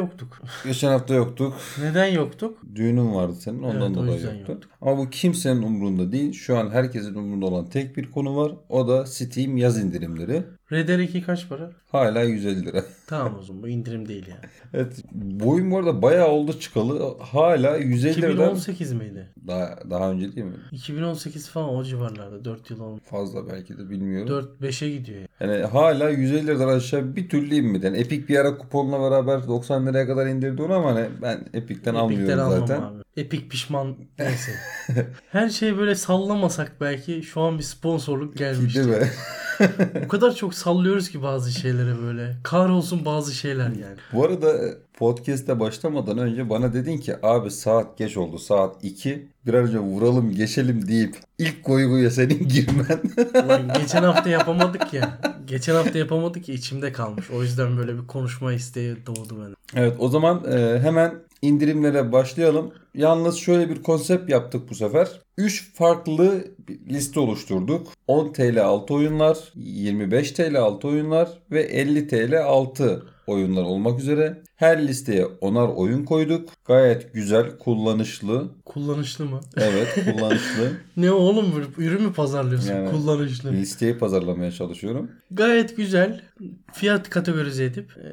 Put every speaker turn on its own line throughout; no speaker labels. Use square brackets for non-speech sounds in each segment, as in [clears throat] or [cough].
yoktuk.
Geçen hafta yoktuk.
Neden yoktuk?
Düğünün vardı senin ondan
Evet, o
dolayı
yüzden
yoktuk. Ama bu kimsenin umurunda değil. Şu an herkesin umurunda olan tek bir konu var. O da Steam yaz indirimleri.
Raider 2 kaç para?
Hala 150 lira. [laughs]
Tamam o zaman bu indirim değil yani.
evet. Bu oyun bu arada bayağı oldu çıkalı. Hala 150 liradan
2018 miydi?
daha, daha önce değil mi?
2018 falan o civarlarda 4 yıl olmuş.
Fazla belki de bilmiyorum.
4-5'e gidiyor yani.
Yani hala 150 liradan aşağı bir türlü inmedi. Yani Epic bir ara kuponla beraber 90 liraya kadar indirdi onu ama hani ben Epic'ten
Epic'ten
almıyorum
almam
zaten.
abi. Epic pişman
[laughs]
neyse. Her şeyi böyle sallamasak belki şu an bir sponsorluk
Değil
gelmişti.
mi?
o kadar çok sallıyoruz ki bazı şeylere böyle. Kahrolsun bazı şeyler yani.
Bu arada e, podcast'e başlamadan önce bana dedin ki abi saat geç oldu saat 2 bir an önce vuralım geçelim deyip ilk koyguya senin [laughs] girmen.
Ulan geçen hafta yapamadık ya. Geçen hafta yapamadık ya içimde kalmış. O yüzden böyle bir konuşma isteği doğdu bende.
evet o zaman e, hemen indirimlere başlayalım. Yalnız şöyle bir konsept yaptık bu sefer. 3 farklı bir liste oluşturduk. 10 TL altı oyunlar, 25 TL altı oyunlar ve 50 TL altı oyunlar olmak üzere. Her listeye onar oyun koyduk. Gayet güzel, kullanışlı.
Kullanışlı mı?
Evet, kullanışlı.
Ne oğlum bu ürün mü pazarlıyorsun?
Yani-
Kullanışlı.
Listeyi pazarlamaya çalışıyorum.
Gayet güzel. Fiyat kategorize edip e,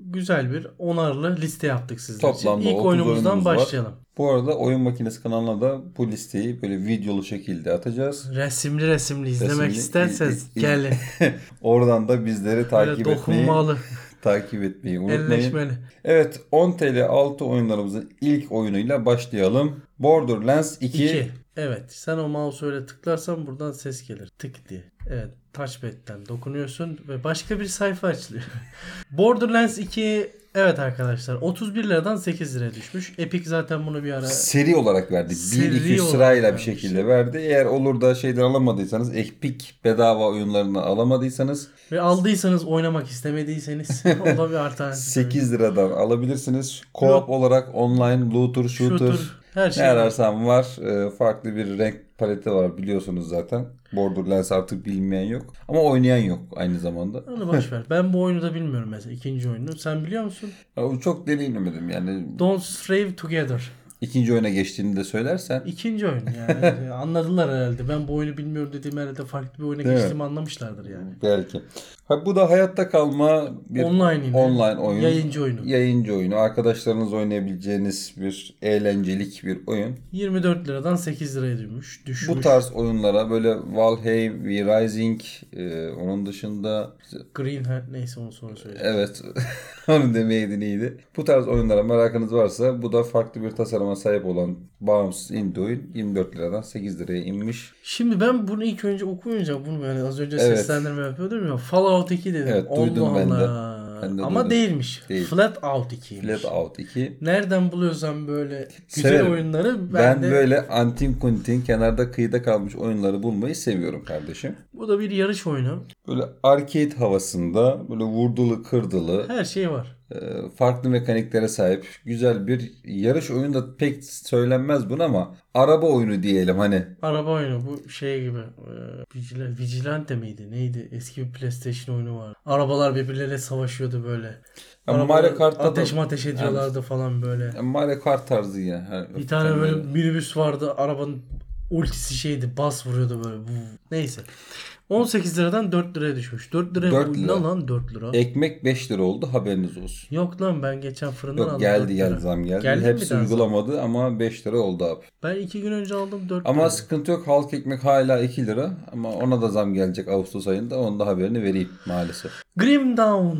güzel bir onarlı liste yaptık sizler
Toplamda
için. İlk
30
oyunumuzdan
oyunumuz var.
başlayalım.
Bu arada Oyun Makinesi kanalına da bu listeyi böyle videolu şekilde atacağız. [laughs]
Resimli resimli izlemek
Resimli,
isterseniz
il- il-
gelin.
[laughs] Oradan da bizleri
Böyle
takip etmeyi,
dokunmalı,
takip etmeyi unutmayın.
elleşmeli.
Evet 10 TL altı oyunlarımızın ilk oyunuyla başlayalım. Borderlands 2.
İki. Evet. Sen o mouse'u öyle tıklarsan buradan ses gelir. Tık diye. Evet. Touchpad'den dokunuyorsun ve başka bir sayfa açılıyor. [laughs] Borderlands 2 Evet arkadaşlar 31 liradan 8 liraya düşmüş. Epic zaten bunu bir ara
Seri olarak verdi.
Seri
1-2
olarak
sırayla bir
vermiş.
şekilde verdi. Eğer olur da şeyden alamadıysanız Epic bedava oyunlarını alamadıysanız
ve aldıysanız oynamak istemediyseniz [laughs] o da bir alternatif.
8 liradan alabilirsiniz. Co-op
Yok.
olarak online looter, shooter
Shooter, her
Ne
şey. var.
ararsan var. Ee, farklı bir renk paleti var biliyorsunuz zaten. Borderlands artık bilmeyen yok. Ama oynayan yok aynı zamanda.
Onu boş ver. Ben bu oyunu da bilmiyorum mesela ikinci oyunu. Sen biliyor musun?
Ama çok deneyimlemedim yani.
Don't Strave Together.
ikinci oyuna geçtiğini de söylersen.
İkinci oyun
[laughs]
yani. Anladılar herhalde. Ben bu oyunu bilmiyorum dediğim herhalde farklı bir oyuna
Değil mi?
geçtiğimi anlamışlardır yani.
Belki. Ha, bu da hayatta kalma bir
online yine.
online oyun.
Yayıncı oyunu.
Yayıncı oyunu. Arkadaşlarınız oynayabileceğiniz bir eğlencelik bir oyun.
24 liradan 8 liraya düşmüş. düşmüş.
Bu tarz oyunlara böyle Valheim, V Rising, e, onun dışında
Green Hat neyse onu sonra söyleyeceğim.
Evet. [laughs] Onu demeydin iyiydi. Bu tarz oyunlara merakınız varsa bu da farklı bir tasarıma sahip olan Bounce Indie oyun 24 liradan 8 liraya inmiş.
Şimdi ben bunu ilk önce okuyunca bunu yani az önce
Evet.
seslendirme yapıyordum ya Fallout 2 dedim.
Evet, duydum
Allah
ben de.
Allah.
Ben de
Ama
duydum.
değilmiş.
Değil.
Flat Out 2'ymiş.
Flat Out 2.
Nereden buluyorsan böyle güzel
Severim.
oyunları ben,
Ben,
de
böyle antin kuntin kenarda kıyıda kalmış oyunları bulmayı seviyorum kardeşim.
bu da bir yarış oyunu.
Böyle arcade havasında böyle vurdulu kırdılı
Her şey var.
e, farklı mekaniklere sahip güzel bir yarış oyunu da pek söylenmez buna ama araba oyunu diyelim hani.
Araba oyunu bu şey gibi. eee, Vigil- Vigilante miydi? Neydi? Eski bir PlayStation oyunu var. Arabalar birbirleriyle savaşıyordu böyle.
Ama
Arabalar
Mario Kart'ta da-
ateş ateş ediyorlardı falan böyle.
Yani Mario Kart tarzı yine. Ha,
Bir tane
öfken
böyle minibüs vardı. Arabanın ultisi şeydi. Bas vuruyordu böyle. Vuv. Neyse. 18 liradan 4 liraya düşmüş. 4 liraya
Dört
bu ne
lira. E-
lan 4 lira?
Ekmek 5 lira oldu haberiniz olsun.
Yok lan ben geçen fırından
Yok
aldım. dört
geldi
lira.
geldi zam geldi.
Geldi mi bir
Hepsi
tane zam?
uygulamadı ama 5 lira oldu abi.
Ben 2 gün önce aldım 4
Ama
lira.
sıkıntı yok halk ekmek hala 2 lira ama ona da zam gelecek Ağustos ayında onun da haberini vereyim maalesef.
Grim Down.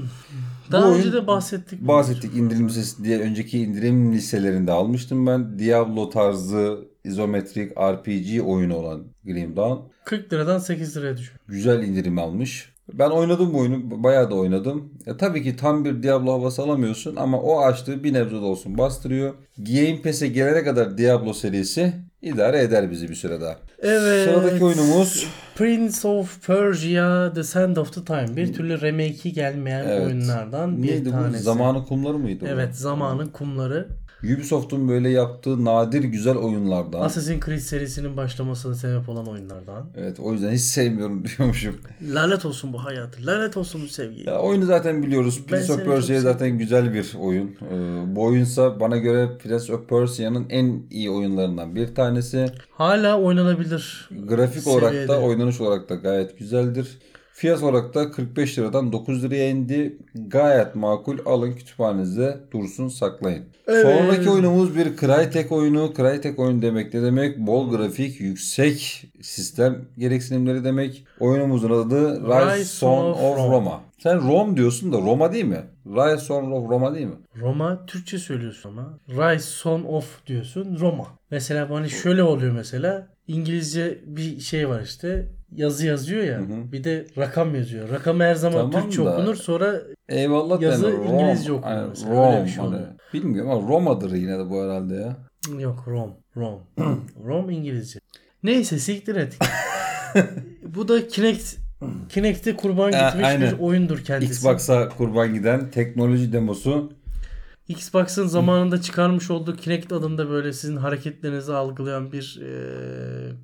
Daha
Bu
önce
oyun-
de bahsettik. bundan.
Bahsettik indirim listesi diye önceki indirim listelerinde almıştım ben. Diablo tarzı izometrik RPG oyunu olan Grim Dawn
40 liradan 8 liraya düşmüş.
güzel indirim almış. Ben oynadım bu oyunu. Bayağı da oynadım. E, tabii ki tam bir Diablo havası alamıyorsun ama o açtığı bir nebze de olsun bastırıyor. Game Pass'e gelene kadar Diablo serisi idare eder bizi bir süre daha.
Evet.
Sıradaki oyunumuz
Prince of Persia The Sand of the Time. Bir türlü remake'i gelmeyen
Evet.
oyunlardan bir
Neydi bu?
tanesi.
Zamanı kumları mıydı? bu?
Evet zamanın kumları.
Ubisoft'un böyle yaptığı nadir güzel oyunlardan.
Assassin's Creed serisinin başlamasına sebep olan oyunlardan.
Evet o yüzden hiç sevmiyorum [laughs] diyormuşum.
Lanet olsun bu hayatı. Lanet olsun bu sevgi.
Ya oyunu zaten biliyoruz. Prince
seni
of
çok
Persia
sevdim.
zaten güzel bir oyun. Ee, bu oyunsa bana göre Prince of Persia'nın en iyi oyunlarından bir tanesi.
Hala oynanabilir.
Grafik olarak
Seviyede.
da oynanış olarak da gayet güzeldir. Fiyat olarak da 45 liradan 9 liraya indi. Gayet makul. Alın kütüphanenizde dursun saklayın.
Evet.
Sonraki oyunumuz bir Crytek oyunu. Crytek oyun demek ne demek? Bol grafik, yüksek sistem gereksinimleri demek. Oyunumuzun adı Rise,
Rise
of,
of
Roma.
Rome.
Sen Rome diyorsun da Roma değil mi? Rise of Roma değil mi?
Roma Türkçe söylüyorsun ama. Rise Son of diyorsun Roma. Mesela bu hani şöyle oluyor mesela. İngilizce bir şey var işte. Yazı yazıyor ya.
hı.
Bir de rakam yazıyor. Rakam her zaman
Tamam
Türkçe
da-
okunur sonra
Eyvallah da
Yazı
yani Rome.
İngilizce okunuyor
Aynen,
mesela, öyle bir
Rome
şey
hani.
oluyor.
Bilmiyorum ama Roma'dır yine de bu herhalde ya.
Yok Rom.
[clears throat]
Rom. Rom İngilizce. Neyse siktir
[laughs]
et. Bu da Kinect Kinect'e kurban
Ha,
gitmiş
aynen.
bir oyundur kendisi.
Xbox'a kurban giden teknoloji demosu.
Xbox'ın zamanında çıkarmış olduğu Kinect adında böyle sizin hareketlerinizi algılayan bir e,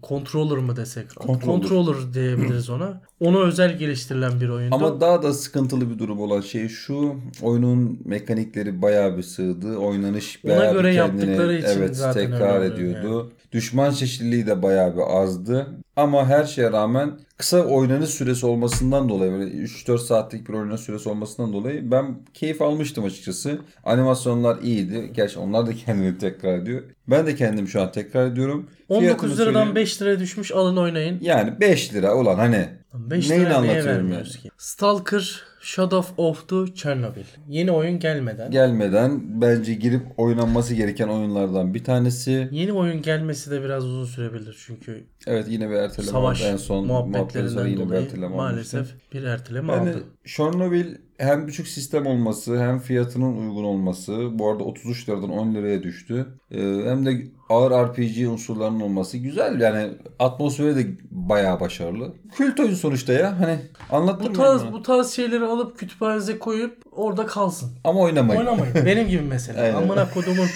controller mı desek?
Controller.
Controller diyebiliriz ona. Ona özel geliştirilen bir oyundu.
Ama daha da sıkıntılı bir durum olan şey şu. Oyunun mekanikleri bayağı bir sığdı. Oynanış
Ona
bayağı bir
göre
kendini
yaptıkları için
evet,
zaten öyle
tekrar
oluyor
ediyordu. Düşman çeşitliliği de bayağı bir azdı. Ama her şeye rağmen kısa oynanış süresi olmasından dolayı böyle 3-4 saatlik bir oynanış süresi olmasından dolayı ben keyif almıştım açıkçası. Animasyonlar iyiydi. Gerçi onlar da [laughs] kendini tekrar ediyor. Ben de kendim şu an tekrar ediyorum. Fiyatını
19
söyleyeyim.
liradan 5 liraya düşmüş alın oynayın.
yani 5 lira ulan hani
5
Neyle
liraya niye
anlatıyorum
vermiyoruz ki? Stalker Shadow of the Chernobyl. Yeni oyun gelmeden.
gelmeden bence girip oynanması gereken oyunlardan bir tanesi.
Yeni oyun gelmesi de biraz uzun sürebilir çünkü
Evet yine bir erteleme
savaş
oldu. en son muhabbetlerinden sonra
muhabbetlerinden
yine bir
dolayı
erteleme
maalesef
olmuştu.
bir erteleme
Yani
aldı.
Chernobyl hem düşük sistem olması hem fiyatının uygun olması bu arada 33 liradan 10 liraya düştü. Ee, hem de ağır RPG unsurlarının olması güzel yani atmosferi de bayağı başarılı. Kült oyun sonuçta ya hani anlattım
Bu
mı
tarz
onu?
bu tarz şeyleri alıp kütüphanenize koyup orada kalsın.
ama oynamayın.
Oynamayın. [laughs] Benim gibi mesela.
Aynen.
Amına kodumun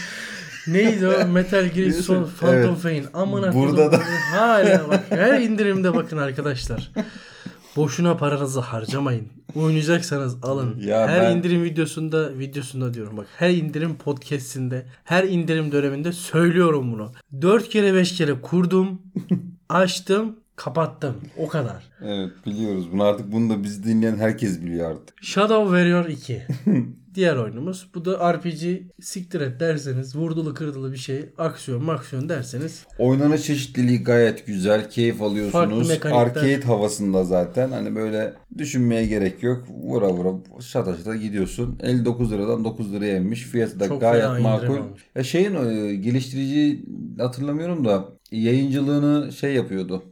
neydi
[laughs]
o Metal Gear
Biliyorsun,
Solid Phantom
evet.
Pain. Amına
Burada
kodumun-
da- [laughs]
Hala bak. Her indirimde bakın arkadaşlar. Boşuna paranızı harcamayın. Oynayacaksanız alın.
Ya
her
ben-
indirim videosunda videosunda diyorum bak. Her indirim podcast'inde, her indirim döneminde söylüyorum bunu. 4 kere 5 kere
[laughs]
kurdum, açtım, kapattım. O kadar.
Evet biliyoruz bunu artık bunu da bizi dinleyen herkes biliyor artık.
Shadow Warrior 2.
[laughs]
Diğer oyunumuz. Bu da RPG siktir et derseniz vurdulu kırdılı bir şey aksiyon maksiyon derseniz
Oynanış çeşitliliği gayet güzel. Keyif
Farklı
alıyorsunuz.
mekanikler.
Arcade havasında zaten. Hani böyle düşünmeye gerek yok. Vura vura şata şata gidiyorsun. 59 liradan 9 liraya inmiş. Fiyatı da
Çok fena
gayet
indirim
makul.
almış.
Ya şeyin e, geliştirici hatırlamıyorum da yayıncılığını şey yapıyordu.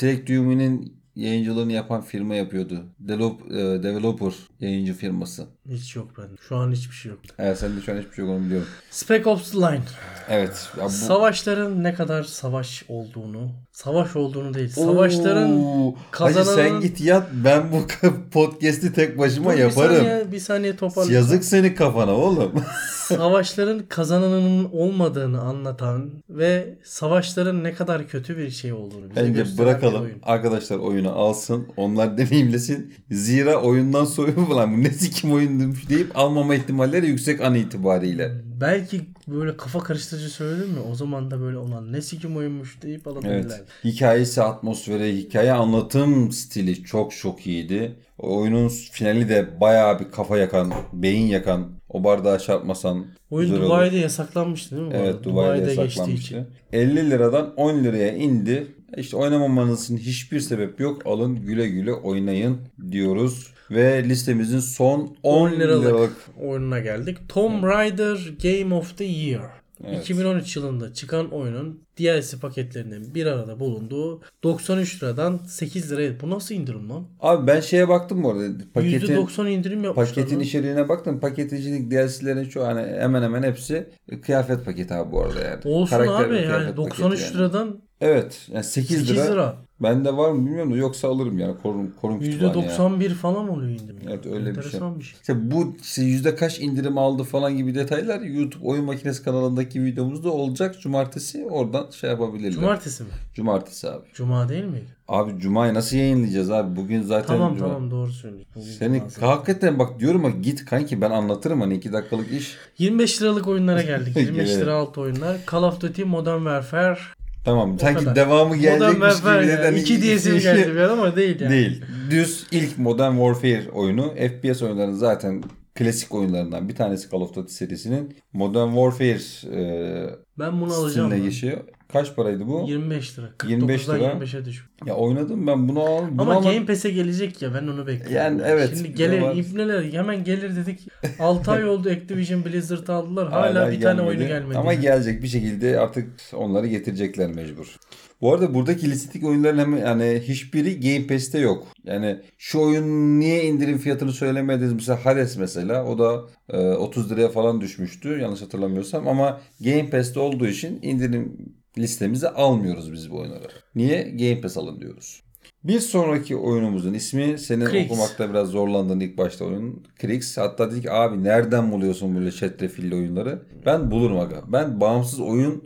Direkt Dumi'nin yayıncılığını yapan firma yapıyordu. Develop, e, developer yayıncı firması.
hiç yok bende. Şu an hiçbir şey yok.
Evet sen de şu an hiçbir şey yok onu biliyorum.
Spec Ops The Line.
Evet. Ya bu-
Savaşların ne kadar savaş olduğunu, savaş olduğunu değil, savaşların
Oo,
kazananın-
Hacı sen git yat ben bu [laughs] podcast'i tek başıma
Dur, Bir
yaparım.
saniye, bir saniye toparla.
Yazık senin kafana oğlum.
Savaşların kazananının olmadığını anlatan ve savaşların ne kadar kötü bir şey olduğunu bize
Bence
gösteren bir
bırakalım.
oyun.
Arkadaşlar oyunu alsın. Onlar [laughs] deneyimlesin. Zira oyundan soyun falan bu ne sikim oyunmuş deyip almama ihtimalleri yüksek an itibariyle.
Hmm, Belki böyle kafa karıştırıcı söyledim mi? O zaman da böyle olan ne sikim oyunmuş deyip alabilirler.
Evet. Hikayesi, atmosferi, hikaye anlatım stili çok çok iyiydi. Oyunun finali de bayağı bir kafa yakan, beyin yakan, o bardağı çarpmasan
Oyun
güzel olur.
Dubai'de yasaklanmıştı değil mi? bu
Evet
arada?
Dubai'de
geçtiği
yasaklanmıştı. 50 liradan 10 liraya indi. İşte oynamamanızın hiçbir sebep yok. Alın güle güle oynayın diyoruz. Ve listemizin son 10 liralık.
liralık. Oyununa geldik. Tomb Raider Game of the Year.
Evet.
2013 yılında çıkan oyunun DLC paketlerinin bir arada bulunduğu 93 liradan 8 liraya. Bu nasıl indirim lan?
Abi ben şeye baktım bu arada. Paketin,
%90 indirim yapmışlar.
paketin
lan.
içeriğine baktım. Paketicilik DLC'lerin şu an hemen hemen hepsi kıyafet paketi abi bu arada yani.
Olsun
Karakter
abi
ve kıyafet
yani
paketi
93
yani.
liradan
Evet. Yani 8,
8
lira.
lira.
Bende var mı bilmiyorum da yoksa alırım yani korun korun kütüphane. ya.
%91 falan oluyor indirim.
Evet, öyle bir şey.
Enteresan bir şey.
İşte bu işte yüzde kaç indirim aldı falan gibi detaylar YouTube Oyun Makinesi kanalındaki videomuzda olacak. Cumartesi oradan şey yapabilirler.
Cumartesi mi?
Cumartesi abi.
Cuma değil miydi?
Abi Cuma'yı nasıl yayınlayacağız abi? Bugün zaten
Tamam
Cuma.
tamam doğru söylüyorsun. Bugün
Seni
cumartesi.
hakikaten bak diyorum ya git kanki ben anlatırım hani 2 dakikalık iş.
25 liralık
[laughs]
oyunlara geldik. 25
Gelelim.
lira altı oyunlar. Call of Duty Modern Warfare.
Tamam sanki
kadar.
devamı
Modern
gelecekmiş gibi
Warfare
neden
yani. 2 diyesim geldi bir an ama değil yani.
şey Değil. Düz ilk Modern Warfare oyunu. FPS oyunlarının zaten klasik oyunlarından bir tanesi Call of Duty serisinin. Modern Warfare e,
Ben bunu alacağım.
Steam'de
ben.
geçiyor. Kaç paraydı bu?
25 lira.
25
49'dan
lira.
25'e düşmüş.
Ya oynadım ben bunu al. Bunu
Ama
ama
Game Pass'e gelecek ya ben onu bekliyorum.
Yani evet,
Şimdi
bir de var.
gelir ibneler hemen gelir dedik. 6 ay oldu Activision Blizzard aldılar. Hala, bir tane oyunu gelmedi.
Ama
yani.
gelecek bir şekilde artık onları getirecekler mecbur. Bu arada buradaki listedeki oyunların hemen yani hiçbiri Game Pass'te yok. Yani şu oyun niye indirim fiyatını söylemediniz? Mesela Hades mesela o da e, 30 liraya falan düşmüştü yanlış hatırlamıyorsam ama Game Pass'te olduğu için indirim listemize almıyoruz biz bu oyunları. Niye? Game Pass alın diyoruz. Bir sonraki oyunumuzun ismi senin
Kriegs.
okumakta biraz zorlandığın ilk başta oyun. Kriegs. Hatta dedik ki, abi nereden buluyorsun böyle çetrefilli oyunları? Ben bulurum aga. Ben bağımsız oyun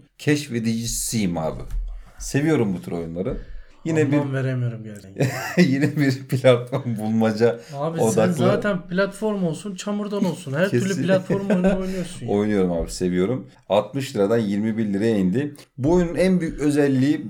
keşfedicisiyim abi. Seviyorum bu tür oyunları. Yine
Anlam veremiyorum gerçekten.
bir [laughs] yine bir platform bulmaca [laughs]
Abi sen
Odaklı.
zaten platform olsun, çamurdan olsun. Her
Kesin.
türlü platform oyunu
[laughs]
oynuyorsun. ya.
oynuyorum abi seviyorum. 60 liradan 21 liraya indi. Bu oyunun en büyük özelliği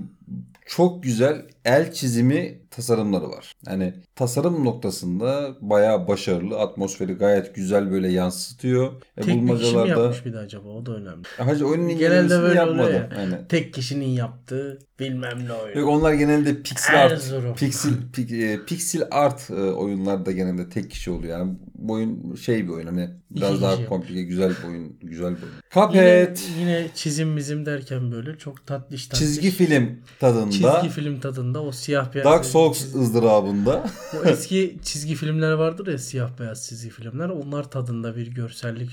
çok güzel el çizimi tasarımları var. Yani tasarım noktasında bayağı başarılı. Atmosferi gayet güzel böyle yansıtıyor. E,
Tek bir kişi mi
bulmacalarda
yapmış bir de acaba? O da önemli.
Hacı oyunun
Genelde
incelemesini
böyle oluyor
yapmadım.
ya.
Aynen.
Tek kişinin yaptığı bilmem ne oyunu.
Yok onlar genelde pixel art,
Erzurum. [laughs]
pixel pik- e, pixel art e, oyunlarda genelde tek kişi oluyor. Yani bu oyun şey bir oyun hani biraz
İki
daha
kişi.
komplike güzel bir oyun, güzel bir oyun.
Yine,
Cuphead
yine çizim bizim derken böyle çok tatlış tatlış.
çizgi film tadında.
Çizgi film tadında o siyah beyaz.
Dark Souls
çizgi-
ızdırabında.
[laughs] O eski çizgi filmler vardır ya siyah beyaz çizgi filmler. Onlar tadında bir görsellik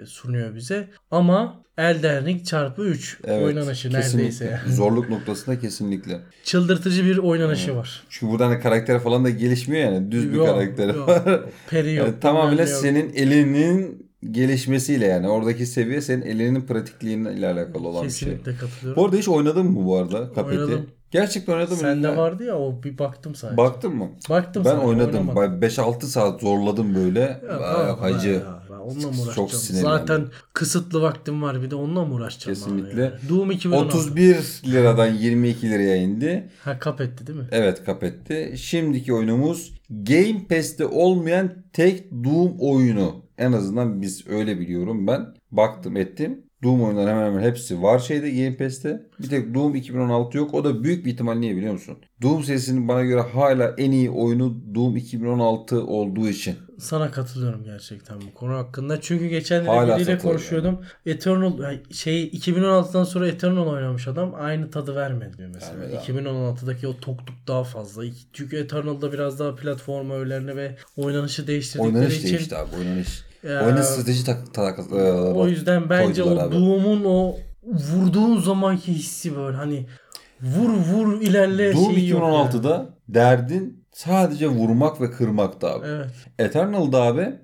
e, sunuyor bize. Ama Elden Ring çarpı 3
Evet,
oynanışı
kesinlikle.
neredeyse. yani.
Zorluk noktasında kesinlikle.
Çıldırtıcı bir oynanışı var.
Çünkü burada hani karakter falan da gelişmiyor yani. Düz bir
Yok,
karakter
yok.
var.
Peri yok.
[laughs] Yani tamamıyla
bilmem ne yok.
senin elinin gelişmesiyle yani. Oradaki seviye senin elinin pratikliğiyle alakalı olan bir şey.
Kesinlikle katılıyorum.
Bu arada hiç oynadın mı bu arada kapeti?
Oynadım.
Gerçekten oynadın mı?
Sende
bilmiyorum.
vardı ya o bir baktım sadece.
Baktın mı?
baktım
Ben
sadece,
oynadım.
oynamadım.
5-6 saat zorladım böyle.
Ya,
Vay,
tamam,
Hacı.
ya, ya. Ben onunla mı uğraşacağım?
Çok sinirlendim.
Zaten kısıtlı vaktim var bir de onunla mı uğraşacağım? abi
Kesinlikle.
yani? Doom 2016.
31 liradan 22 liraya indi.
Ha kap etti değil mi?
Evet kapetti. Şimdiki oyunumuz Game Pass'te olmayan tek Doom oyunu. En azından biz öyle biliyorum ben. Baktım ettim. Doom oyunların hemen hemen hepsi var şeyde Game Pass'te. Bir tek Doom 2016 yok. O da büyük bir ihtimal niye biliyor musun? Doom serisinin bana göre hala en iyi oyunu Doom 2016 olduğu için.
Sana katılıyorum gerçekten bu konu hakkında. Çünkü geçen
Hala
de biriyle
katılıyorum.
konuşuyordum. Eternal yani şey 2016'dan sonra Eternal oynamış adam aynı tadı vermedi diyor mesela.
Vermedi abi.
2016'daki o tokluk daha fazla. Çünkü Eternal'da biraz daha platform öğelerini ve oynanışı değiştirdikleri
Oynanış
için.
değişti abi oynanış.
Ya-
Oynanış strateji tak, tak, e,
O yüzden bence
koydular
o
abi.
Doom'un o vurduğun zamanki hissi böyle hani vur vur ilerle
Doom
şeyi şey yok yani.
2016'da derdin sadece vurmak ve kırmaktı abi.
Evet.
Eternal'da abi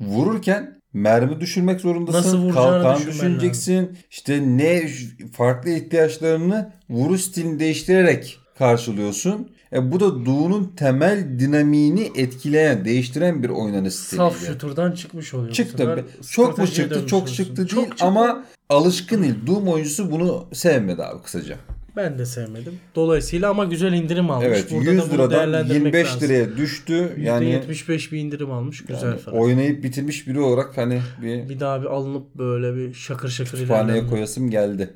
vururken mermi düşürmek zorundasın.
Nasıl vuracağını
Kalkan
düşünmen
düşüneceksin. İşte ne farklı ihtiyaçlarını vuruş stilini değiştirerek karşılıyorsun. E bu da Doom'un temel dinamiğini etkileyen, değiştiren bir oynanış stili.
Saf shooter'dan çıkmış oluyor. bu sefer.
Çıktı. Çok mu
Stratejiye
çıktı?
dönmüş
Çok
oluyorsun.
çıktı
Çok
değil ama alışkın değil. Doom oyuncusu bunu sevmedi abi kısaca.
Ben de sevmedim. Dolayısıyla ama güzel indirim almış.
Evet
Burada
100
da bunu
liradan
değerlendirmek
25
lazım.
liraya düştü. Yani
%75 bir indirim almış. Güzel falan.
oynayıp bitirmiş biri olarak hani bir
Bir daha bir alınıp böyle bir şakır şakır
kütüphaneye
ilerlenmiş.
koyasım geldi.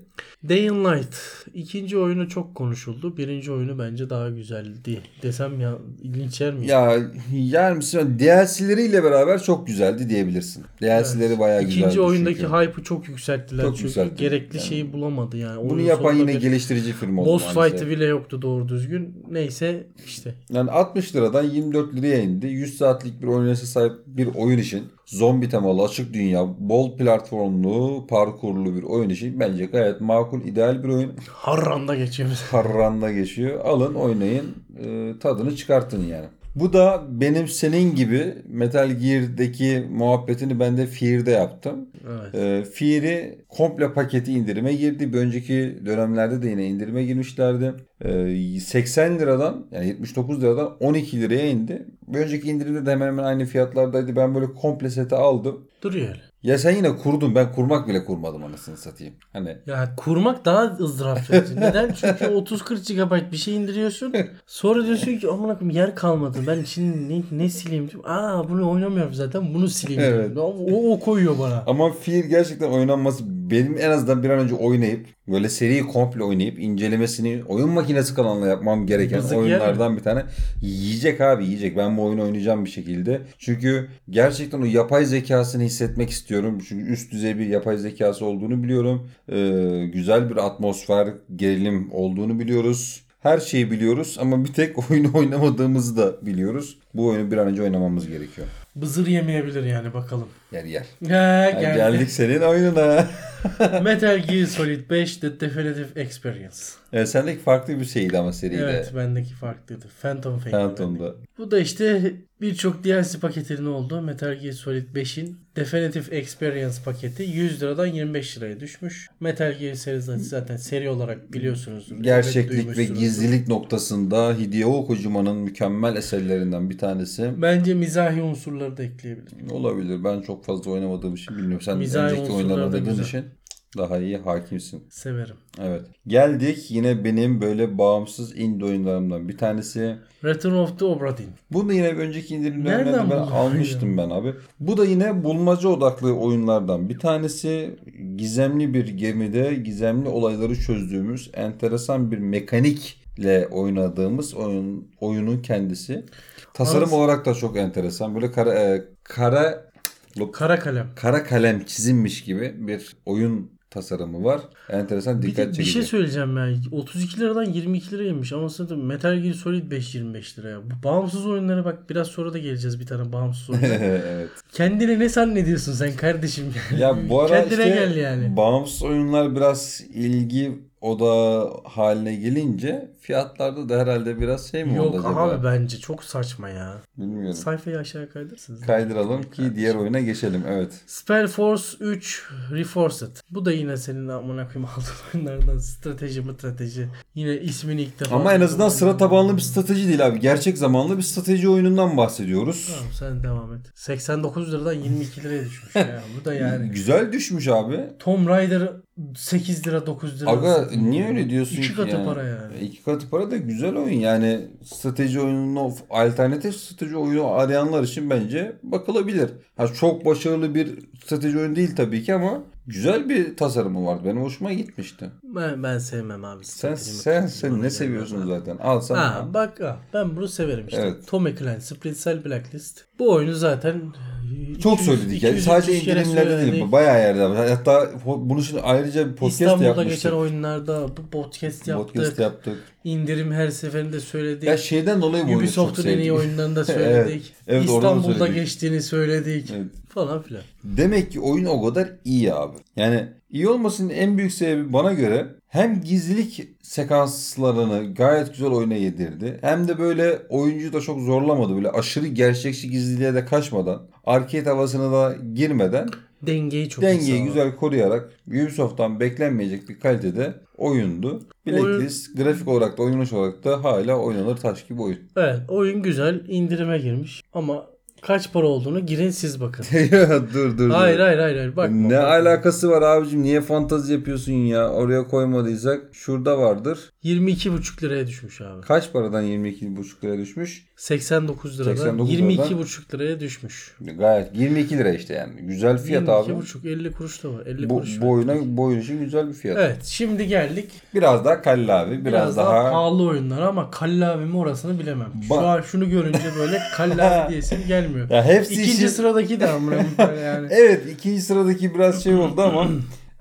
Day and Light. ikinci oyunu çok konuşuldu. Birinci oyunu bence daha güzeldi. Desem ya ilginç yer mi?
Ya yer misin? DLC'leriyle beraber çok güzeldi diyebilirsin. DLC'leri bayağı güzeldi.
İkinci oyundaki
çünkü.
hype'ı çok yükselttiler.
Çok
çünkü
yükselttiler.
gerekli
Yani
şeyi bulamadı yani.
bunu
Oyun
yapan
sonunda
yine
bir-
üretici firma oldu
Boss
maalesef.
fight'ı bile yoktu doğru düzgün. Neyse işte.
Yani 60 liradan 24 liraya indi. 100 saatlik bir oynayışa sahip bir oyun için zombi temalı açık dünya, bol platformlu, parkurlu bir oyun için bence gayet makul, ideal bir oyun.
Harranda
[laughs]
geçiyoruz.
Harranda geçiyor. Alın, oynayın, e, tadını çıkartın yani. Bu da benim senin gibi Metal Gear'deki muhabbetini ben de Fear'de yaptım.
Evet.
E, Fear'i komple paketi indirime girdi. Bir önceki dönemlerde de yine indirime girmişlerdi. E, 80 liradan yani 79 liradan 12 liraya indi. Bir önceki indirimde de hemen hemen aynı fiyatlardaydı. Ben böyle komple seti aldım.
Duruyor öyle.
Ya sen yine kurdun. Ben kurmak bile kurmadım anasını satayım. Hani
Ya kurmak daha ızdırap verici. Neden? Çünkü
[laughs]
30-40 GB bir şey indiriyorsun. Sonra diyorsun ki aman akım yer kalmadı. Ben şimdi ne, ne sileyim? diyorum. Aa bunu oynamıyorum zaten. Bunu sileyim.
Evet.
diyorum. O, o koyuyor bana.
Ama fiil gerçekten oynanması benim en azından bir an önce oynayıp böyle seriyi komple oynayıp incelemesini oyun makinesi kanalına yapmam gereken
Rızık yer
oyunlardan bir tane. Yiyecek abi yiyecek. Ben bu oyunu oynayacağım bir şekilde. Çünkü gerçekten o yapay zekasını hissetmek istiyorum. Çünkü üst düzey bir yapay zekası olduğunu biliyorum. Ee, güzel bir atmosfer, gerilim olduğunu biliyoruz. Her şeyi biliyoruz ama bir tek [laughs] oyunu oynamadığımızı da biliyoruz. Bu oyunu bir an önce oynamamız gerekiyor.
Bızır yemeyebilir yani bakalım.
Yer yer.
Ha,
Ha,
geldi.
geldik senin oyununa.
Metal Gear Solid 5 The Definitive Experience.
E, sendeki farklı bir şeydi ama seride.
Evet bendeki farklıydı. Phantom Fate.
Phantom'da.
Bu da işte birçok DLC paketinin olduğu Metal Gear Solid 5'in Definitive Experience paketi 100 liradan 25 liraya düşmüş. Metal Gear serisi zaten seri olarak biliyorsunuzdur.
Gerçeklik
Evet,
ve
duymuşsunuzdur.
gizlilik noktasında Hideo Kojima'nın mükemmel eserlerinden bir tanesi.
Bence mizahi unsurları da ekleyebilir.
Olabilir. Ben çok fazla oynamadığım için bilmiyorum. Sen
Mizahi
önceki
unsurlar da
oynamadığın
güzel.
için daha iyi hakimsin.
Severim.
Evet. Geldik yine benim böyle bağımsız indie oyunlarımdan bir tanesi.
Return of the Obra Dinn.
Bunu yine bir önceki indirimlerde
Nereden
ben
buldun
almıştım ben abi. Bu da yine bulmaca odaklı oyunlardan bir tanesi. Gizemli bir gemide gizemli olayları çözdüğümüz enteresan bir mekanikle oynadığımız oyun oyunun kendisi. Tasarım
Anasını-
olarak da çok enteresan. Böyle kara e, kara
Kara kalem.
kara kalem çizilmiş gibi bir oyun tasarımı var. Enteresan
Bir,
dikkat
de, bir
çekici. [laughs]
şey söyleyeceğim ben. 32 liradan 22 liraymış ama sanırım Metal Gear Solid 5 25 liraya. Bu bağımsız oyunlara bak biraz sonra da geleceğiz bir tane bağımsız
[laughs]
oyun.
evet.
Kendine ne zannediyorsun sen kardeşim? Hmm. [laughs]
Ya bu ara
Kendine
işte
gel yani.
bağımsız oyunlar biraz ilgi oda haline gelince fiyatlarda da herhalde biraz şey mi
Yok
oldu acaba?
abi bence çok saçma ya.
Bilmiyorum.
Sayfayı aşağı kaydırsınız.
Kaydıralım ki diğer oyuna geçelim. Evet.
Spellforce 3 Reforced. Bu da yine senin amına koyayım aldığın oyunlardan strateji mı strateji. Yine ismini ilk defa.
Ama en azından
duydum.
sıra tabanlı bir strateji değil abi. Gerçek zamanlı bir strateji oyunundan bahsediyoruz.
Tamam sen devam et. 89 liradan 22 liraya düşmüş ya. Bu da yani.
Güzel düşmüş abi.
Tomb Raider 8 lira 9 lira.
Aga
satılıyor.
niye öyle diyorsun
İki
ki
katı
yani?
para yani.
E, İki katı para da güzel oyun yani strateji oyununu alternatif strateji oyunu arayanlar için bence bakılabilir. Ha çok başarılı bir strateji oyunu değil tabii ki ama güzel bir tasarımı vardı. Benim hoşuma gitmişti.
Ben, ben sevmem abi.
Sen
Strateji mi,
sen
strateji mi
sen ne
bana
seviyorsun
gelmez.
zaten? Al sen.
Ha, bak ha, ben bunu severim işte.
Evet.
Tommy Clancy, Splinter Blacklist. Bu oyunu zaten 200
Çok söyledik yani.
200
Sadece
300 kere
indirimlerde değil.
söyledik.
Bayağı yerde. var. Hatta bunu şimdi ayrıca bir podcast da
İstanbul'da
yapmıştık.
geçen oyunlarda bu podcast yaptık.
Podcast yaptık.
İndirim her seferinde söyledik.
Ya şeyden dolayı bu oyunu çok
Ubisoft'un en iyi
sevdim.
oyunlarını da
[laughs] Evet,
söyledik.
evet, oradan da
İstanbul'da
söyledik.
geçtiğini söyledik.
Evet.
Falan filan.
Demek ki oyun o kadar iyi abi. Yani iyi olmasının en büyük sebebi bana göre hem gizlilik sekanslarını gayet güzel oyuna yedirdi. Hem de böyle oyuncuyu da çok zorlamadı. Böyle aşırı gerçekçi gizliliğe de kaçmadan, arcade havasına da girmeden
Dengeyi çok iyi
dengeyi
sağladı.
güzel koruyarak Ubisoft'tan beklenmeyecek bir kalitede oyundu. Blacklist grafik olarak da oynanış olarak da hala oynanır taş gibi oyun.
[laughs] Evet oyun güzel indirime girmiş ama kaç para olduğunu girin siz bakın.
dur dur dur.
hayır hayır hayır hayır bakma.
ne
bakma.
alakası var abicim? Niye fantazi yapıyorsun ya? Oraya koymadıysak şurada vardır.
22,5 liraya düşmüş abi.
Kaç paradan 22,5 liraya düşmüş?
89 liradan
89
22,5 liraya düşmüş.
Gayet 22 lira işte yani. Güzel fiyat abi.
22,5 50 kuruş da var. 50
Bu,
kuruş.
bu
var.
oyuna, bu oyun için güzel bir fiyat.
Evet şimdi geldik
Biraz daha kalli abi. Biraz,
biraz, daha,
daha,
pahalı oyunlar ama kallavimin orasını bilemem. Şu
Ba-
an şunu görünce
[laughs]
böyle kallavi diyesim gelmiyor.
Ya hepsi
İkinci
işin-
sıradaki de
[laughs]
amına koyayım yani. [clears throat]
Evet ikinci sıradaki biraz şey oldu ama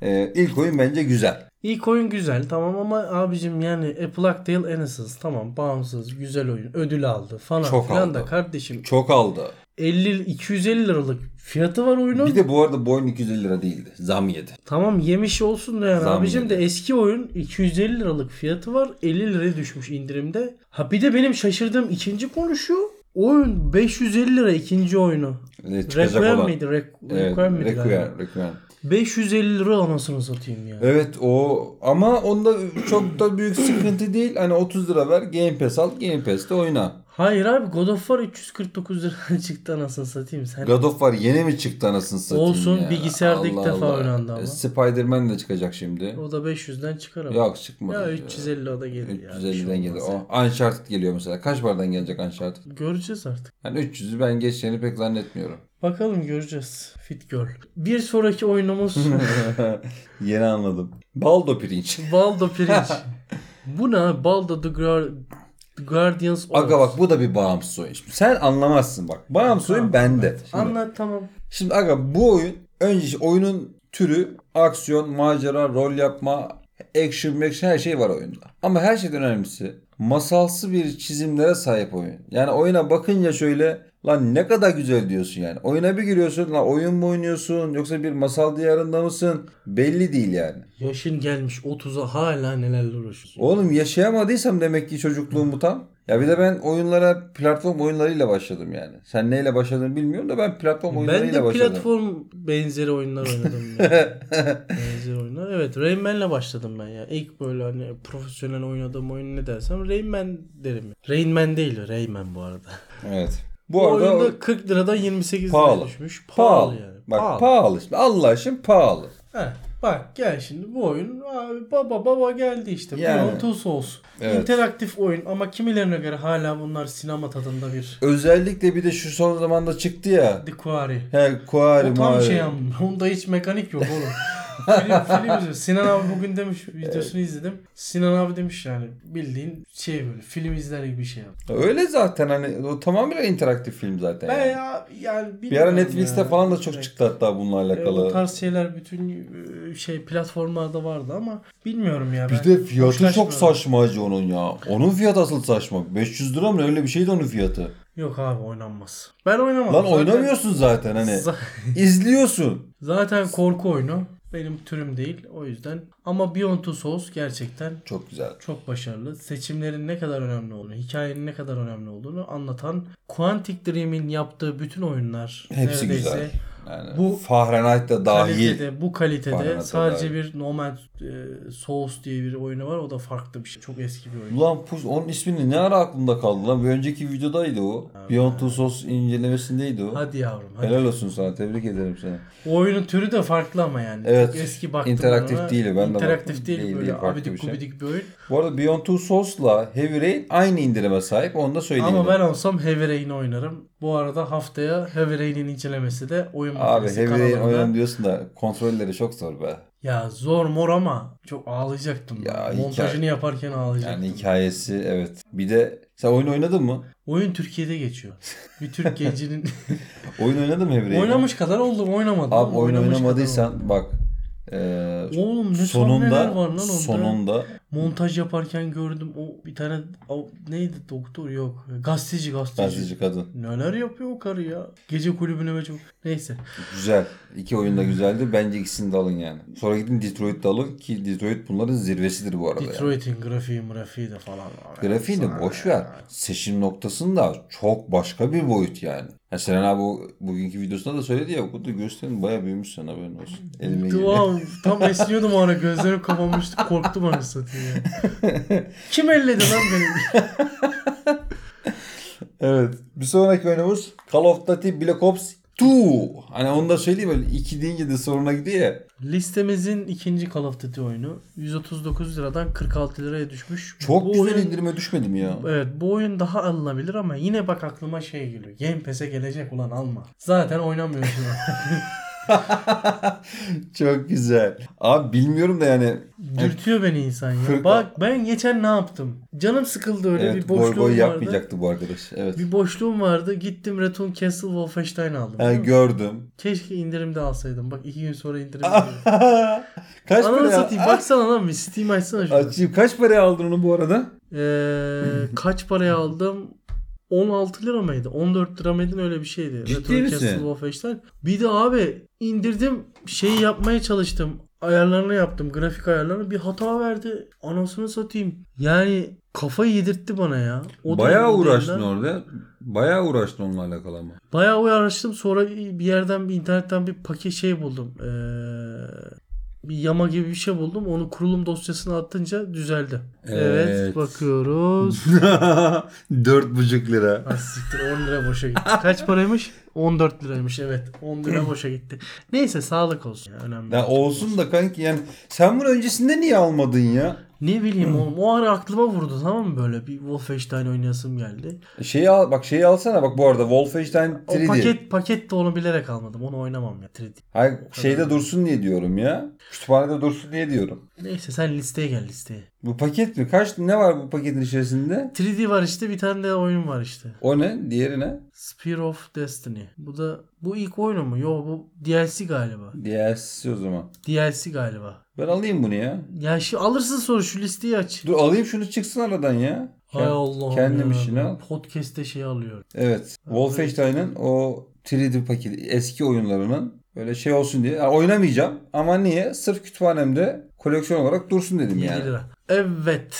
e, ilk oyun bence güzel.
İlk oyun güzel tamam ama abicim yani A Plague Tale Innocence tamam bağımsız güzel oyun ödül aldı falan
Çok
filan
aldı.
da kardeşim
Çok aldı.
50 250 liralık fiyatı var oyunun.
Bir de bu arada boyun 250 lira değildi. Zam yedi.
Tamam yemiş olsun da yani
Zam
abicim de
yedi.
eski oyun 250 liralık fiyatı var 50 liraya düşmüş indirimde. Ha bir de benim şaşırdığım ikinci konu şu. Oyun 550 lira ikinci oyunu.
Ee, Çıkacak
Requiem
olan.
miydi? Requ-
Evet,
Requiem miydi galiba?
Requiem, Requiem.
550 lira anasını satayım ya.
Evet o ama onda çok da büyük sıkıntı değil. Hani 30 lira ver Game Pass al Game Pass'te oyna.
Hayır abi God of War 349 lira [laughs] çıktı anasını satayım sen.
God of War yeni mi çıktı anasını satayım
Olsun,
ya?
bilgisayarda ilk defa oynandı ama.
E, Spider-Man de çıkacak şimdi.
O da 500'den çıkar ama.
Yok çıkmadı.
ya 350 o da gelir ya. bir şey
350'den gelir.
olmaz ya.
O Uncharted geliyor mesela. Kaç paradan gelecek Uncharted?
Göreceğiz artık.
Hani 300'ü ben geçeceğini pek zannetmiyorum. [laughs]
Bakalım göreceğiz. Fit Girl. Bir sonraki oyunumuz
[laughs] Yeni anladım. Baldo pirinç.
Baldo
[laughs]
Pirinç. Bu ne? abi? Baldo the, Guar- the Guardians of.
Aga bak bu da bir bağımsız oyun. Şimdi sen anlamazsın bak. Bağımsız oyun bende. Şimdi-
Anlat tamam.
Şimdi aga bu oyun önce işte oyunun türü aksiyon, macera, rol yapma, action, action her şey var oyunda. Ama her şeyden önemlisi masalsı bir çizimlere sahip oyun. Yani oyuna bakınca şöyle lan ne kadar güzel diyorsun yani. Oyuna bir giriyorsun lan oyun mu oynuyorsun yoksa bir masal diyarında mısın? Belli değil yani.
Yaşın gelmiş 30'a hala nelerle uğraşıyorsun.
Oğlum yaşayamadıysam demek ki çocukluğumu tam. Ya bir de ben oyunlara platform oyunlarıyla başladım yani. Sen neyle başladın bilmiyorum da ben platform
Ben
oyunlarıyla
de
başladım.
platform benzeri oyunlar oynadım. yani.
[laughs]
benzeri oyunlar. Evet Rain Man'le başladım ben ya. İlk böyle hani profesyonel oynadığım oyun ne dersem Rain Man derim. Rain Man değil Rayman bu arada.
Evet.
Bu,
Bu arada
oyunda 40 liradan 28
Pahalı.
liraya düşmüş. Pahalı,
pahalı.
yani.
Bak
pahalı.
pahalı. işte. Allah için pahalı.
Heh, bak gel şimdi bu oyun abi baba baba geldi işte.
Yani.
Yani. Beyond Two olsun.
Evet.
İnteraktif oyun ama kimilerine göre hala bunlar sinema tadında bir
Özellikle bir de şu son zamanda çıktı ya.
The Quarry.
He Kuari
O tam
Mari.
şey ama [laughs] onda hiç mekanik yok
[laughs]
oğlum. film, film izliyoruz. Sinan abi bugün demiş videosunu izledim. Sinan abi demiş yani bildiğin şey böyle film izler gibi bir şey yap.
Öyle zaten hani o tamamen interaktif film zaten.
Ben
yani.
ya yani
Bir ara
bilmiyorum
Netflix'te
ya.
falan da çok
Evet.
çıktı hatta bununla
E, O
alakalı.
tarz şeyler bütün e, şey platformlarda vardı ama bilmiyorum ya.
bir
ben
de fiyatı çok
hoşlaşmıyorum.
saçmacı onun ya. Onun fiyatı asıl saçma. 500 lira mı öyle bir şeydi onun fiyatı.
Yok abi oynanmaz. Ben oynamam.
Lan
Zaten-
oynamıyorsun zaten hani.
Z-
İzliyorsun.
Zaten korku oyunu benim türüm değil o yüzden. Ama Beyond Two Souls gerçekten
Çok güzel.
çok başarılı. Seçimlerin ne kadar önemli olduğunu, hikayenin ne kadar önemli olduğunu anlatan Quantic Dream'in yaptığı bütün oyunlar
Hepsi
neredeyse
güzel. Yani
Bu
bu Fahrenheit de dahil.
kalitede, bu kalitede
Fahrenheit
sadece
Dahil.
bir No Man's e, Souls diye bir oyunu var. O da farklı bir şey. Çok eski bir oyun.
Ulan Puz onun ismini ne ara aklımda kaldı lan? Bir önceki videodaydı o. Beyond Two Souls incelemesindeydi o.
Hadi yavrum. Hadi.
Helal olsun sana. Tebrik ederim seni.
O oyunun türü de farklı ama yani.
Evet.
Çok eski baktım.
İnteraktif
ona.
değil, ben de baktım.
İnteraktif değil,
Değil,
böyle
değil, farklı
abidik
bir şey.
gubidik bir oyun.
Bu arada Beyond Two Souls'la Heavy Rain aynı indirime sahip. Onu da söyleyeyim.
Ama ben olsam Heavy Rain'i oynarım. Bu arada haftaya Heavy Rain'in incelemesi de oyun
Abi
makinesi
Heavy Rain
kanalında.
oynan diyorsun da kontrolleri çok zor be.
Ya zor mor ama çok ağlayacaktım.
Ya
ben.
hikaye-
Montajını yaparken ağlayacaktım.
Yani hikayesi evet. Bir de sen oyun oynadın mı?
Oyun Türkiye'de geçiyor. Bir
[laughs]
Türk gencinin
Oyun oynadın mı Heavy Rain'i?
oynamış kadar oldum oynamadım.
Abi oyun
Oynamış kadar
oynamadıysan bak. eee,
oldum. Oğlum ne sonunda, neler
sonunda
var lan onda.
sonunda
Montaj yaparken gördüm o bir tane o, neydi doktor yok gazeteci gazeteci.
gazeteci kadın.
Neler yapıyor o karı ya. Gece kulübüne ve çok- Neyse.
Güzel. İki oyun da
Hmm.
güzeldi. Bence ikisini de alın yani. Sonra gidin Detroit'te alın ki Detroit bunların zirvesidir bu arada. yani.
Detroit'in grafiği grafiği de falan var.
Grafiğini boş ver. Seçim noktasında çok başka bir boyut yani. Ya Selen abi bu- bugünkü videosunda da söyledi ya okulda gösterin bayağı büyümüş sen haberin
Hmm.
olsun. Elime geliyor. [laughs]
Duam, tam esniyordum o ara gözlerim kapanmıştı korktum anasını satayım ya. Kim elledi lan beni?
Evet. Bir sonraki oyunumuz Call of Duty Black Ops 2. Hani onu da söyleyeyim böyle 2 deyince de soruna gidiyor ya.
Listemizin ikinci Call of Duty oyunu 139 liradan 46 liraya düşmüş.
Çok
Bu
güzel
oyun-
indirime düşmedim ya.
Evet bu oyun daha alınabilir ama
[laughs]
yine bak aklıma şey geliyor. Game Pass'e gelecek ulan alma. Zaten oynamıyorsun.
Çok güzel. Abi bilmiyorum da yani
Dürtüyor beni insan ya.
Kırk-
Bak ben geçen ne yaptım? Canım sıkıldı öyle
evet,
bir
goy
boşluğum
goy
vardı.
yapmayacaktı bu arkadaş. Evet.
Bir boşluğum vardı. Gittim Return Castle Wolfenstein aldım.
Ha, gördüm.
Keşke indirimde alsaydım. Bak iki gün sonra indirimde. alırım.
[laughs] kaç
Ananı
para
satayım.
Aa,
Baksana lan bir Steam açsana şunu.
Açayım. Kaç paraya aldın onu bu arada?
Ee, kaç paraya aldım? 16 lira mıydı? 14 lira mıydı? Öyle bir şeydi.
Ciddi
Return
misin?
Castle Wolfenstein. Bir de abi indirdim. Şeyi yapmaya çalıştım. Ayarlarını yaptım. Grafik ayarlarını. Bir hata verdi. Anasını satayım. Yani kafayı yedirtti bana ya. O
Bayağı
dönem-
uğraştın
dönemler-
orada. Bayağı uğraştın onunla alakalı ama.
Bayağı uğraştım. Sonra bir yerden bir internetten bir paket şey buldum. Ee, bir yama gibi bir şey buldum. Onu kurulum dosyasına attınca düzeldi. Evet,
Evet. [laughs]
bakıyoruz.
[laughs] Dört buçuk lira.
Ha, siktir 10 lira boşa gitti. Kaç paraymış? 14 liraymış evet. 10 lira boşa gitti. Neyse sağlık olsun. Ya, önemli.
Ya
değil.
olsun da kanki yani sen bunu öncesinde niye almadın ya?
Ne bileyim oğlum o ara aklıma vurdu tamam mı böyle bir Wolfenstein oynayasım geldi.
Şeyi al bak şeyi alsana bak bu arada Wolfenstein
O
3D.
paket paket de onu bilerek almadım. Onu oynamam ya 3D.
Hayır, şeyde dursun diye diyorum ya. Kütüphanede dursun diye diyorum.
Neyse sen listeye gel listeye.
Bu paket mi? Kaç ne var bu paketin içerisinde?
3D var işte bir tane de oyun var işte.
O ne? Diğeri ne?
Spear of Destiny. Bu da bu ilk oyunu mu? Yo bu DLC galiba.
DLC o zaman.
DLC galiba.
Ben alayım bunu ya.
Ya şu alırsın sonra şu listeyi aç.
Dur alayım şunu çıksın aradan ya.
Hay Allah.
Kendim işine al.
Podcast'te şey alıyor.
Evet. Wolfenstein'in o 3D paketi eski oyunlarının böyle şey olsun diye. Ha, oynamayacağım ama niye? Sırf kütüphanemde koleksiyon olarak dursun dedim
7
yani.
lira. Evet.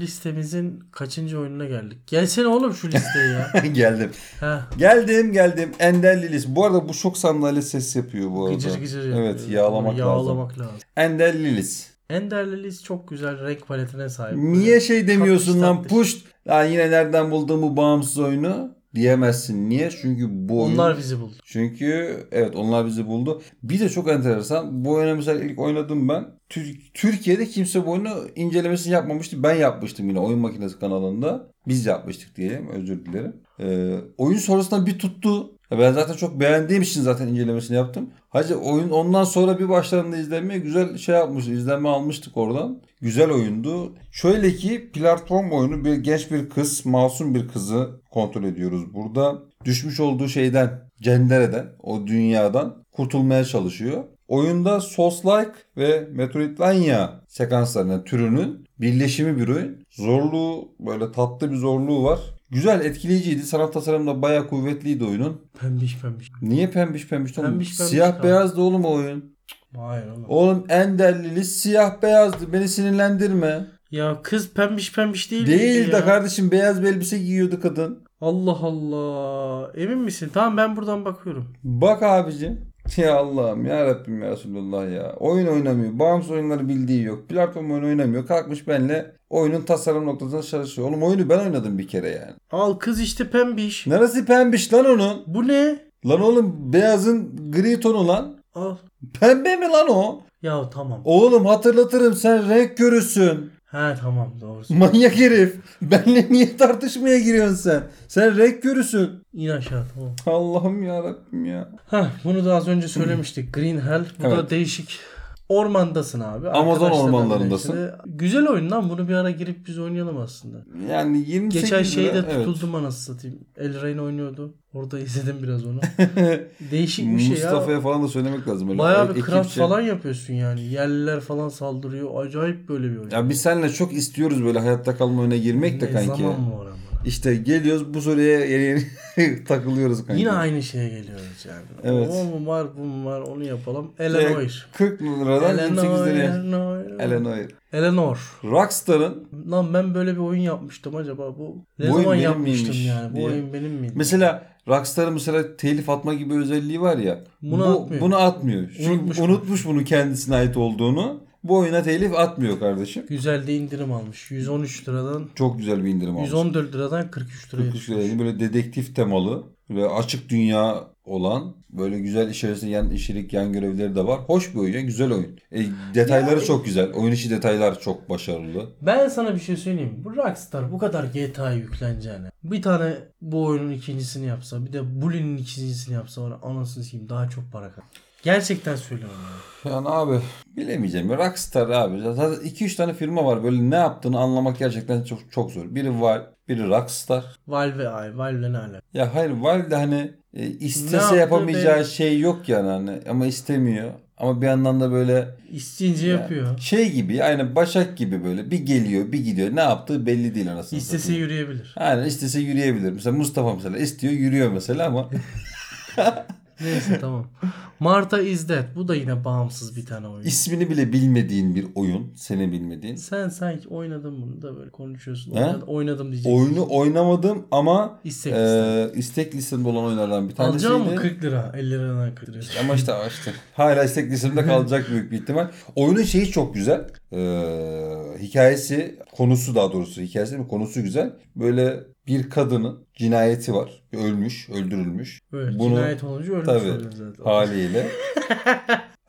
Listemizin kaçıncı oyununa geldik? Gelsene oğlum şu listeye
[laughs]
ya.
[laughs] geldim.
ha.
Geldim geldim. Enderli list. Bu arada bu şok sandalye ses yapıyor bu arada.
Gıcır gıcır yapıyor.
Evet yağlamak, lazım.
Yağlamak lazım.
Enderli list.
Enderly List çok güzel renk paletine sahip.
Niye şey demiyorsun
Tatlış
lan
tatlış.
push. Lan yine nereden buldun bu bağımsız oyunu? Diyemezsin. Niye? Çünkü bu oyun...
Onlar bizi buldu.
Çünkü evet onlar bizi buldu. Bir de çok enteresan. Bu oyunu mesela ilk oynadım ben. Tür- Türkiye'de kimse bu oyunu incelemesini yapmamıştı. Ben yapmıştım yine oyun makinesi kanalında. Biz yapmıştık diyelim özür dilerim. Ee, oyun sonrasında bir tuttu. Ya Ben zaten çok beğendiğim için zaten incelemesini yaptım. Hacı oyun ondan sonra bir başlarında izlenmeye güzel şey yapmıştı. İzlenme almıştık oradan. Güzel oyundu. Şöyle ki platform oyunu bir genç bir kız, masum bir kızı kontrol ediyoruz burada. Düşmüş olduğu şeyden, cendereden, o dünyadan kurtulmaya çalışıyor. Oyunda Souls-like ve Metroidvania sekanslarının türünün birleşimi bir oyun. Zorluğu böyle tatlı bir zorluğu var. Güzel etkileyiciydi. Sanat tasarımı da bayağı kuvvetliydi oyunun.
Pembiş pembiş.
Niye pembiş pembiş? oğlum?
Pembiş pembiş
Siyah
kaldı.
beyaz da oğlum o oyun.
Hayır oğlum.
Oğlum Enderlili siyah beyazdı. Beni sinirlendirme.
Ya kız pembiş pembiş değil
Değil
miydi ya?
de kardeşim beyaz bir elbise giyiyordu kadın.
Allah Allah. Emin misin? Tamam ben buradan bakıyorum.
Bak abicim. [laughs] Ya Allah'ım ya Rabbim ya Resulullah ya. Oyun oynamıyor. Bağımsız oyunları bildiği yok. Platform oyunu oynamıyor. Kalkmış benle oyunun tasarım noktasında çalışıyor. Oğlum oyunu ben oynadım bir kere yani.
Al kız işte pembiş.
Neresi pembiş lan onun?
Bu ne?
Lan oğlum beyazın gri tonu lan.
Al.
Pembe mi lan o?
Ya tamam.
Oğlum hatırlatırım sen renk körüsün.
He tamam doğrusu.
[laughs] Manyak herif. Benle niye tartışmaya giriyorsun sen? Sen renk körüsün.
İn aşağı tamam.
Allah'ım ya Rabbim ya.
Heh, bunu da az önce söylemiştik. Green Hell. Bu
Evet.
da değişik. Ormandasın abi.
Amazon
Arkadaşların
ormanlarındasın.
arasında. Güzel oyun lan. Bunu bir ara girip biz oynayalım aslında.
Yani 28
Geçen
lira,
şeyde
evet.
tutuldum anasını satayım. El Reyna oynuyordu. Orada [laughs] izledim biraz
[laughs]
onu. Değişik bir şey ya.
Mustafa'ya falan da söylemek lazım. Böyle
Bayağı bir
ekipçe.
craft falan yapıyorsun yani. Yerliler falan saldırıyor. Acayip böyle bir oyun.
Ya biz seninle çok istiyoruz böyle hayatta kalma oyuna girmek de
Ne
kanki.
Zaman mı var ama?
İşte geliyoruz bu soruya yeni yeni [laughs] takılıyoruz kanki.
Yine aynı şeye geliyoruz yani.
Evet. Şey,
O mu var bu mu var onu yapalım.
Direkt
Eleanor.
40 liradan 28 liraya.
Eleanor.
Eleanor.
Eleanor.
Rockstar'ın
Lan ben böyle bir oyun yapmıştım acaba bu. Ne
Bu oyun
zaman
benim
yapmıştım
miymiş
yani? Bu
diye.
oyun benim miydi?
Mesela Rockstar'ın mesela telif atma gibi özelliği var ya.
Bunu
bu,
atmıyor.
Bunu atmıyor. Çünkü
Unutmuş
unutmuş,
bunu.
bunu kendisine ait olduğunu. Bu oyuna telif atmıyor kardeşim.
Güzel de indirim almış. 113 liradan
Çok güzel bir indirim almış.
114 liradan 43 liraya
43
düşmüş.
liraya şey böyle dedektif temalı ve açık dünya olan böyle güzel içerisinde yan işilik yan görevleri de var. Hoş bir oyun ya, güzel oyun. E, detayları çok güzel. Oyun içi detaylar çok başarılı.
Ben sana bir şey söyleyeyim. mi? Bu Rockstar bu kadar GTA'ya yükleneceğine. Bir tane bu oyunun ikincisini yapsa, bir de Bully'nin ikincisini yapsa ona anasını sikeyim daha çok para kazanır. Gerçekten söylüyorum. yani.
Yani abi bilemeyeceğim. Rockstar abi. Zaten 2-3 tane firma var. Böyle ne yaptığını anlamak gerçekten çok çok zor. Biri var, biri Rockstar.
Valve ay, Valve'le ne alaka?
Ya hayır Valve de hani e,
Ne
istese
yaptı
yapamayacağı
be?
şey yok yani hani ama istemiyor. Ama bir yandan da böyle
İsteyince
ya,
yapıyor.
şey gibi aynı Başak gibi böyle bir geliyor bir gidiyor. Ne yaptığı belli değil anasını
İstese
satayım.
yürüyebilir.
Aynen istese yürüyebilir. Mesela Mustafa mesela istiyor yürüyor mesela ama
Neyse tamam. Marta is Dead. Bu da yine bağımsız bir tane oyun.
ismini bile bilmediğin bir oyun. Senin bilmediğin.
Sen sanki oynadın bunu da böyle konuşuyorsun.
He?
Oynadım, oynadım diyeceksin.
Oyunu oynamadım ama
İstek istek.
Ee, istek listemde olan oyunlardan bir tanesiydi.
Alacağım mı 40 lira? 50 liradan 40 lira.
Ama işte işte hala istek listemde kalacak büyük bir ihtimal. Oyunun şeyi çok güzel. Ee, hikayesi, konusu daha doğrusu hikayesi mi konusu güzel. Böyle bir kadının cinayeti var. Ölmüş, öldürülmüş
Böyle
Bunu-
cinayet olunca ölmüş
tabii.
oluyor zaten.
haliyle.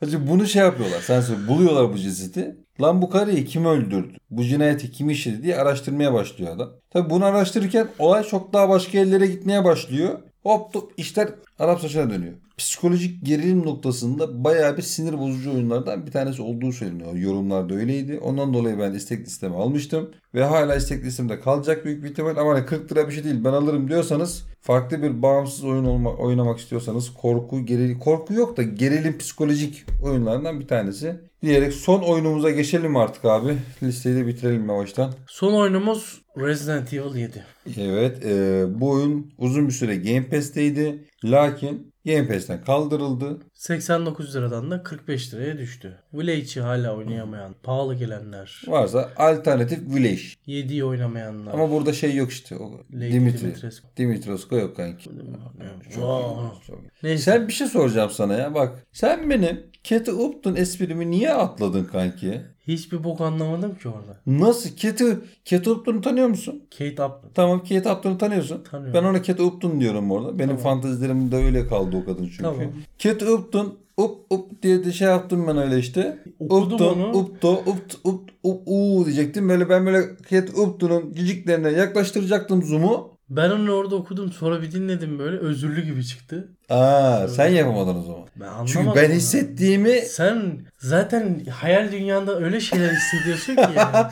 Hacı bunu şey yapıyorlar. Sen söyle buluyorlar bu cesedi. Lan bu karıyı kim öldürdü? Bu cinayeti kim işledi diye araştırmaya başlıyor adam. Tabi bunu araştırırken olay çok daha başka yerlere gitmeye başlıyor. Hop top işler Arap saçına dönüyor. Psikolojik gerilim noktasında bayağı bir sinir bozucu oyunlardan bir tanesi olduğu söyleniyor. Yorumlarda öyleydi. Ondan dolayı ben istek listeme almıştım. Ve hala istek listemde kalacak büyük bir ihtimal. Ama hani 40 lira bir şey değil ben alırım diyorsanız farklı bir bağımsız oyun olma, oynamak istiyorsanız korku gerilim korku yok da gerilim psikolojik oyunlardan bir tanesi. Diyerek son oyunumuza geçelim artık abi. Listeyi de bitirelim yavaştan.
Son oyunumuz Resident Evil 7.
Evet e, bu oyun uzun bir süre Game Pass'teydi. Lakin Game Pass'ten kaldırıldı.
89 liradan da 45 liraya düştü. Village'i hala oynayamayan, pahalı gelenler,
Varsa alternatif Village.
7'yi oynamayanlar.
Ama burada şey yok işte. O,
Lady
Dimitri.
Dimitrescu.
Dimitrosko yok kanki. Çok,
Wow.
çok.
Neyse.
Sen bir şey soracağım sana ya bak. Sen benim Keti Upton esprimi niye atladın kanki?
Hiçbir bok anlamadım ki orada.
Nasıl? Keti, Keti Upton'u tanıyor musun?
Kate Upton.
Tamam Kate Upton'u tanıyorsun.
Tanıyorum.
Ben ona Kate Upton diyorum orada. Benim
Tamam.
fantezilerim de öyle kaldı o kadın çünkü.
Tamam.
Kate Upton up up diye de şey yaptım ben öyle işte.
Okudum
Upton,
onu.
Upto, upt, upt, up, uu diyecektim. Böyle ben böyle Kate Upton'un ciciklerine yaklaştıracaktım zoom'u.
Ben onu orada okudum sonra bir dinledim böyle özürlü gibi çıktı.
Aa sen yapamadın o zaman.
Ben anlamadım.
Çünkü ben
onu.
hissettiğimi
Sen zaten hayal dünyanda öyle şeyler hissediyorsun ki
[laughs]
yani.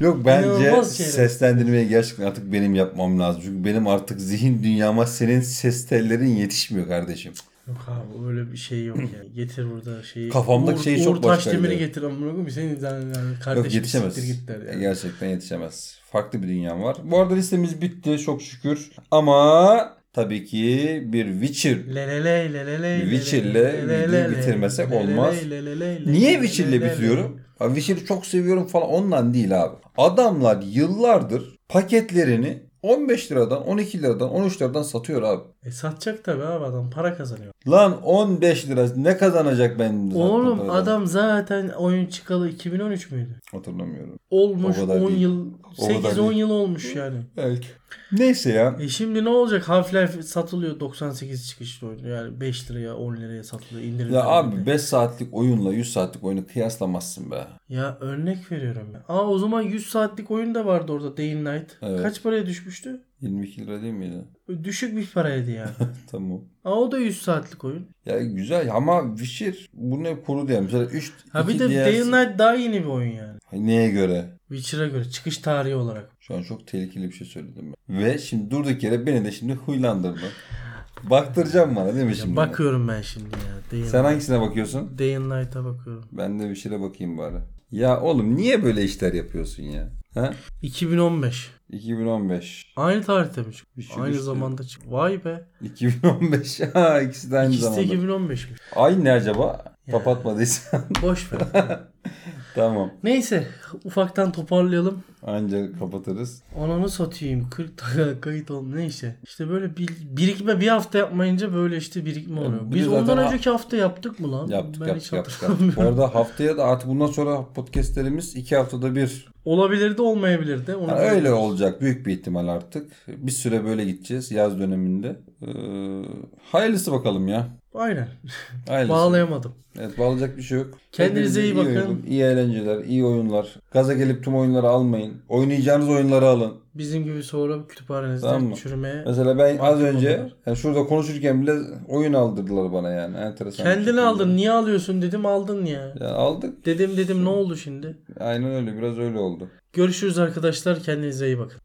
Yok bence
İnanılmaz şeyler.
seslendirmeyi gerçekten artık benim yapmam lazım. Çünkü benim artık zihin dünyama senin ses tellerin yetişmiyor kardeşim.
Yok abi öyle bir şey yok yani. Getir burada şeyi.
Kafamdaki
Uğur-
şey çok
Uğur Taş
başka
Demir'i
yani.
getir amına koyayım. Senin zaten yani kardeşim
Yok yetişemez. E,
siktir git der yani.
Gerçekten yetişemez. Farklı bir dünyam var. Bu arada listemiz bitti çok şükür. Ama tabii ki bir Witcher.
Leleley leleley.
Witcher'le
leleley,
videoyu
leleley,
bitirmesek
leleley,
olmaz.
leleley,
Niye
leleley,
Witcher'le
leleley.
bitiriyorum? Abi Witcher'ı çok seviyorum falan ondan değil abi. Adamlar yıllardır paketlerini 15 liradan, 12 liradan, 13 liradan satıyor abi.
E satacak tabii abi adam para kazanıyor.
Lan 15 lira ne kazanacak benim? zaten
Oğlum
paradan?
adam zaten oyun çıkalı 2013 müydü?
Hatırlamıyorum.
Olmuş
O kadar
10
değil.
yıl
O kadar
8-10
değil.
yıl olmuş yani.
Belki. Neyse ya.
E şimdi ne olacak? Half-Life satılıyor 98 çıkışlı oyun. Yani 5 liraya 10 liraya satılıyor. indirimlerinde.
Ya abi 5 saatlik oyunla 100 saatlik oyunu kıyaslamazsın be.
Ya örnek veriyorum. ya. Aa o zaman 100 saatlik oyun da vardı orada Day and Night.
Evet.
Kaç paraya düşmüştü?
22 lira değil miydi?
Düşük bir paraydı yani.
Tamam.
Aa o da 100 saatlik oyun.
Ya güzel ama Witcher bunu hep kuru diyor. Mesela 3
Ha bir de Day and Night daha yeni bir oyun yani.
Neye göre?
Witcher'a göre çıkış tarihi olarak.
Şu an çok tehlikeli bir şey söyledim ben. Ve şimdi durduk yere beni de şimdi huylandırdı. Baktıracağım bana değil mi
Ya
şimdi?
bakıyorum ben şimdi ya. Day and,
Sen hangisine bakıyorsun?
Day and Night'a bakıyorum.
Ben de bir şeye bakayım bari. Ya oğlum niye böyle işler yapıyorsun ya? Ha?
2015.
2015.
Aynı tarihte mi çıktı?
Üçü
Aynı
düştü.
zamanda çıktı. Vay be.
2015. [laughs] Ha ikisi de aynı
İkisi de
zamanda.
2015 mi?
Ay ne acaba?
Ya.
Kapatmadıysan. [laughs]
Boş ver.
tamam.
Neyse ufaktan toparlayalım.
Anca kapatırız.
Ananı satayım 40 dakika kayıt ol ne işe. İşte böyle bir, birikme bir hafta yapmayınca böyle işte birikme
Ya
oluyor.
bir de
Biz
zaten
ondan
ha-
önceki hafta yaptık mı lan?
Yaptık
Ben
yaptık
hiç
yaptık.
[laughs]
yaptık. Bu
hatırlamıyorum.
arada haftaya da artık bundan sonra podcastlerimiz iki haftada bir.
Olabilir de olmayabilir de. Onu
Yani öyle
bilmiyoruz.
olacak büyük bir ihtimal artık. Bir süre böyle gideceğiz yaz döneminde. Ee, hayırlısı bakalım ya.
Aynen.
Ailesi.
Bağlayamadım.
Evet bağlayacak bir şey yok.
Kendinize iyi bakın.
oyun- iyi eğlenceler, iyi oyunlar. Gaza gelip tüm oyunları almayın. Oynayacağınız oyunları alın.
Bizim gibi sonra kütüphanenizden
Tamam mı?
çürümeye.
Mesela ben az
Mantıklı
önce
bunlar.
yani şurada konuşurken bile oyun aldırdılar bana yani. Enteresan. bir
Kendini
şekilde.
aldın. Niye alıyorsun dedim aldın ya.
Ya aldık.
Dedim dedim ne oldu şimdi?
Aynen öyle. Biraz öyle oldu.
Görüşürüz arkadaşlar. Kendinize iyi bakın.